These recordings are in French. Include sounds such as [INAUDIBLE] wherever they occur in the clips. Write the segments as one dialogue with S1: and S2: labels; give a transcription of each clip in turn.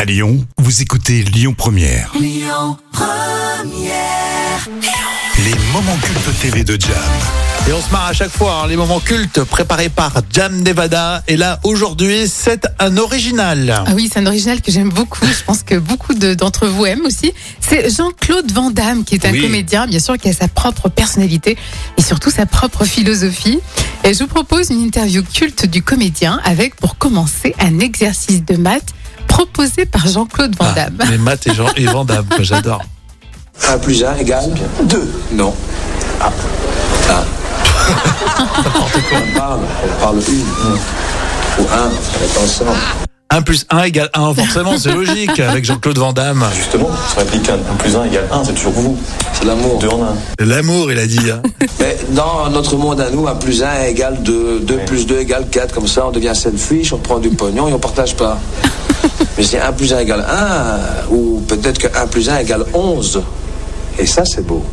S1: À Lyon, vous écoutez Lyon Première. Les moments cultes TV de Jam.
S2: Et on se marre à chaque fois, hein, les moments cultes préparés par Jam Nevada. Et là, aujourd'hui, c'est un original.
S3: Ah oui, c'est un original que j'aime beaucoup. Je pense que beaucoup de- d'entre vous aiment aussi. C'est Jean-Claude Van Damme, qui est un
S2: Oui.
S3: comédien, bien sûr, qui a sa propre personnalité et surtout sa propre philosophie. Et je vous propose une interview culte du comédien avec, pour commencer, un exercice de maths proposé par Jean-Claude Van Damme.
S2: Ah, les maths et, Jean, et Van Damme, moi, j'adore.
S4: 1 plus 1 égale 2. Non. Ah. Ah. N'importe quoi. On parle, on parle une. Ou un, ça va être ensemble.
S2: 1 plus 1 égale 1, forcément, c'est logique, avec Jean-Claude Van Damme.
S5: Justement, ça réplique 1 plus 1 égale 1, c'est toujours vous.
S4: C'est l'amour.
S5: 2 en 1.
S2: L'amour, il a dit. hein.
S4: Mais dans notre monde à nous, 1 plus 1 égale 2, 2 plus 2 égale 4. Comme ça, on devient selfish, on prend du pognon et on partage [LAUGHS] pas. Mais c'est 1 plus 1 égale 1, ou peut-être que 1 plus 1 égale 11. Et ça, c'est beau.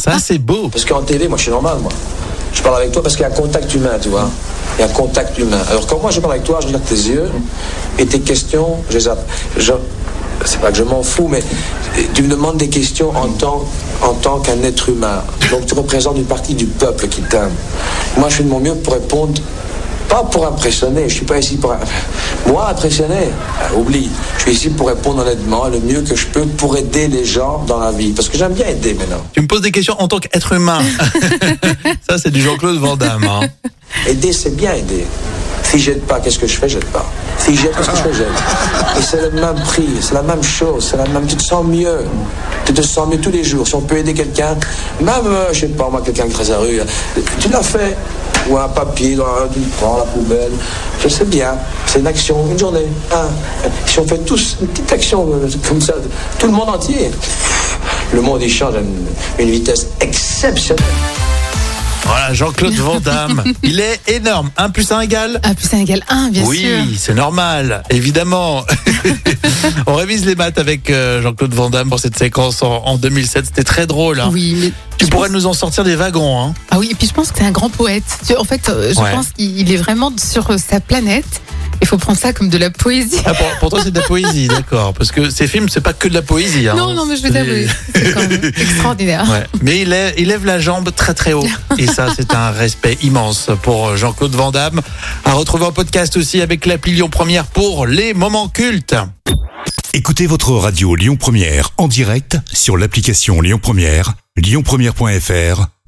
S2: Ça, c'est beau.
S4: Parce qu'en télé, moi, je suis normal, moi. Je parle avec toi parce qu'il y a un contact humain, tu vois. Il y a un contact humain. Alors quand moi, je parle avec toi, je regarde tes yeux et tes questions, je les app- je- C'est pas que je m'en fous, mais tu me demandes des questions en tant, en tant qu'un être humain. Donc tu représentes une partie du peuple qui t'aime. Moi, je fais de mon mieux pour répondre, pas pour impressionner. Je suis pas ici pour. Moi, impressionner, euh, oublie. Je suis ici pour répondre honnêtement, le mieux que je peux pour aider les gens dans la vie. Parce que j'aime bien aider maintenant.
S2: Tu me poses des questions en tant qu'être humain. [LAUGHS] Ça, c'est du Jean-Claude Van Damme. hein.
S4: Aider, c'est bien aider. Si j'aide pas, qu'est-ce que je fais J'aide pas. Si j'aide, qu'est-ce que je fais J'aide. Et c'est le même prix, c'est la même chose, c'est la même. Tu te sens mieux. Tu te sens mieux tous les jours. Si on peut aider quelqu'un, même, euh, je sais pas, moi, quelqu'un qui traverse la rue, euh, tu l'as fait. Ou un papier, dans la- tu le prends, la poubelle. Je sais bien. C'est une action, une journée. un. Si on fait tous une petite action euh, comme ça, tout le monde entier, le monde, il change à une- une vitesse exceptionnelle.
S2: Voilà, Jean-Claude Van
S3: [LAUGHS]
S2: Damme. Il est énorme. 1 plus 1 égale
S3: 1 plus 1 égale 1, bien
S2: oui,
S3: sûr.
S2: c'est normal, évidemment. [LAUGHS] On révise les maths avec euh, Jean-Claude Van Damme pour cette séquence en, en 2007. C'était très drôle. hein.
S3: Oui, mais
S2: Tu
S3: je
S2: pourrais
S3: pense-
S2: nous en sortir des wagons. Hein.
S3: Ah oui, et puis je pense que c'est un grand poète. Tu- En fait, euh, je
S2: Ouais.
S3: pense qu'il est vraiment sur euh, sa planète. Il faut prendre ça comme de la poésie.
S2: Ah, pour, pour toi, c'est de la
S3: [LAUGHS]
S2: poésie, d'accord. Parce que ces films, c'est pas que de la poésie. hein.
S3: Non, non, mais je vais
S2: C'est-
S3: t'avouer, c'est quand
S2: [LAUGHS]
S3: même extraordinaire.
S2: Ouais. Mais il, lève- il lève la jambe très très haut. Et ça, c'est un respect immense pour euh, Jean-Claude Van Damme. À retrouver en podcast aussi avec l'appli Lyon Première pour les moments cultes.
S1: Écoutez votre radio Lyon Première en direct sur l'application Lyon Première, lyonpremière.fr